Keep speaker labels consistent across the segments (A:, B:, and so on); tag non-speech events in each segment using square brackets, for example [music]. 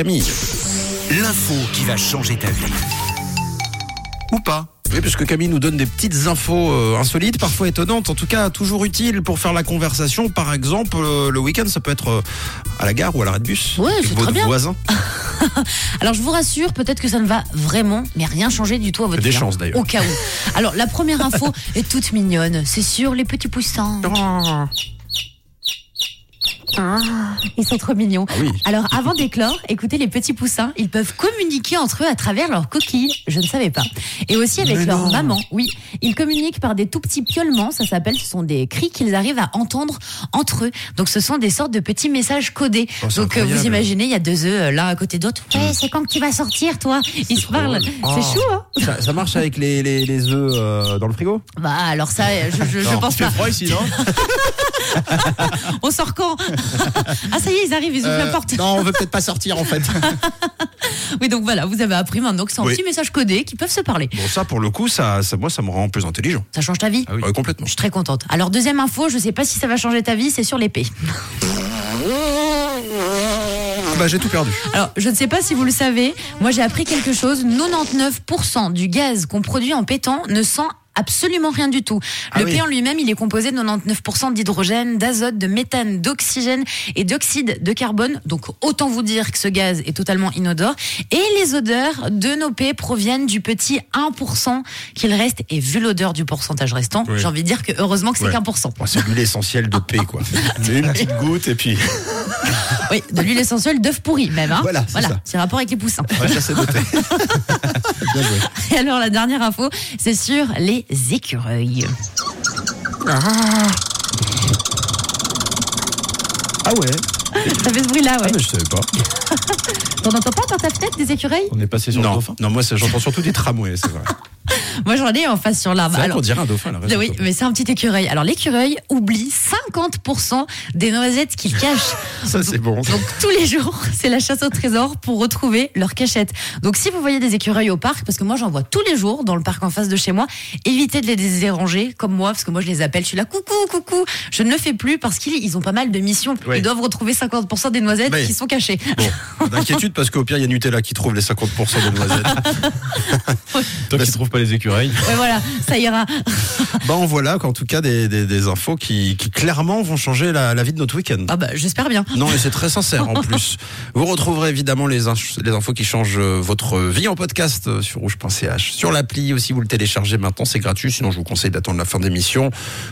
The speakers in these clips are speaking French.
A: Camille.
B: L'info qui va changer ta vie. Ou pas.
A: Oui, puisque Camille nous donne des petites infos euh, insolites, parfois étonnantes, en tout cas toujours utiles pour faire la conversation. Par exemple, euh, le week-end, ça peut être euh, à la gare ou à l'arrêt de bus.
C: Ouais,
A: Avec
C: c'est
A: votre
C: très bien.
A: voisin.
C: Alors je vous rassure, peut-être que ça ne va vraiment, mais rien changer du tout à votre
A: Des
C: vie, hein,
A: chances, d'ailleurs.
C: Au cas où. Alors la
A: [laughs]
C: première info est toute mignonne, c'est sur les petits poussins. Ah, ils sont trop mignons.
A: Ah oui.
C: Alors avant d'éclore, écoutez les petits poussins, ils peuvent communiquer entre eux à travers leurs coquilles, je ne savais pas. Et aussi avec
A: Mais
C: leur
A: non.
C: maman, oui. Ils communiquent par des tout petits piaulements, ça s'appelle, ce sont des cris qu'ils arrivent à entendre entre eux. Donc ce sont des sortes de petits messages codés.
A: Oh, c'est
C: Donc euh, vous
A: incroyable. Mmh.
C: imaginez, il y a deux œufs euh, l'un à côté d'autre. Ouais, c'est quand que tu vas sortir toi Ils se parlent.
A: Oh.
C: C'est chou, hein
A: Ça, ça marche avec les, les, les œufs euh, dans le frigo
C: Bah alors ça, euh, je, je, je
A: Non.
C: pense pas.
A: froid
C: [laughs]
A: ici, non
C: On sort quand [laughs] Ah ça y est, ils arrivent, ils ouvrent la porte.
A: Euh, Non, on veut peut-être pas sortir en
C: [laughs]
A: fait.
C: Oui, donc voilà, vous avez appris maintenant que c'est un
A: Oui.
C: petit message codé qui peuvent se parler.
A: Bon, ça, pour le coup, ça, ça- moi, ça me rend plus intelligent.
C: Ça change ta vie
A: Ouais, complètement.
C: Ah Je suis très contente. Alors, deuxième info, je sais pas si ça va changer ta vie, c'est sur l'épée.
A: Bah, j'ai tout perdu.
C: Alors, je ne sais pas si vous le savez, moi j'ai appris quelque chose 99% du gaz qu'on produit en pétant ne sent absolument rien du tout.
A: Ah
C: le
A: oui.
C: pé en lui-même, il est composé de 99% d'hydrogène, d'azote, de méthane, d'oxygène et d'oxyde de carbone. Donc, autant vous dire que ce gaz est totalement inodore. Et les odeurs de nos pets proviennent du petit 1% qu'il reste. Et vu l'odeur du pourcentage restant,
A: Oui.
C: j'ai envie de dire que heureusement que c'est
A: Ouais.
C: qu'un pour cent.
A: Bon, Oh, c'est l'huile essentielle de paix, quoi. [laughs] Une petite goutte et puis.
C: Oui, de l'huile essentielle d'œuf pourri même. Hein.
A: Voilà, c'est ça.
C: c'est rapport avec les poussins.
A: Ouais, ça, c'est noté. Bien joué.
C: Et alors la dernière info, c'est sur les écureuils.
A: Ah ouais
C: Ça fait ce bruit-là, ouais.
A: Ah, mais je savais pas.
C: T'en entends pas par ta fenêtre des écureuils
D: On est passé sur le
A: Non,
D: dauphin.
A: non moi, ça- j'entends surtout des tramways, c'est vrai.
C: Moi j'en ai en face sur l'arbre.
A: C'est vrai
C: Bah Alors,
A: qu'on dirait un dauphin, la
C: oui, mais c'est un petit écureuil. Alors l'écureuil oublie 50% des noisettes qu'il cache.
A: Ça, c'est bon.
C: Donc tous les jours, [laughs] c'est la chasse au trésor pour retrouver leur cachette. Donc si vous voyez des écureuils au parc, parce que moi j'en vois tous les jours dans le parc en face de chez moi, évitez de les déranger comme moi, parce que moi je les appelle, je suis là, coucou, coucou. Je ne le fais plus parce qu'ils ils ont pas mal de missions.
A: Oui.
C: Ils doivent retrouver 50% des noisettes
A: Oui.
C: qui sont cachées.
A: Bon, d'inquiétude parce qu'au pire, il y a Nutella qui trouve les 50% des
C: [laughs]
A: noisettes.
D: Toi qui trouves pas les écureuils.
C: Ouais, voilà, ça ira.
A: bah, en voilà, en tout cas, des, des- des infos qui, qui clairement vont changer la, la vie de notre week-end.
C: Ah bah j'espère bien.
A: Non, mais c'est très sincère en plus. Vous retrouverez évidemment les, ins- les infos qui changent euh, votre vie en podcast euh, sur rouge.ch. Sur l'appli aussi, vous le téléchargez maintenant, c'est gratuit. Sinon, je vous conseille d'attendre la fin d'émission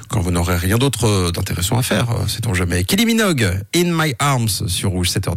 A: quand vous n'aurez rien d'autre euh, d'intéressant à faire. euh, Sait-on jamais. Kelly Minogue, In My Arms sur rouge 7h.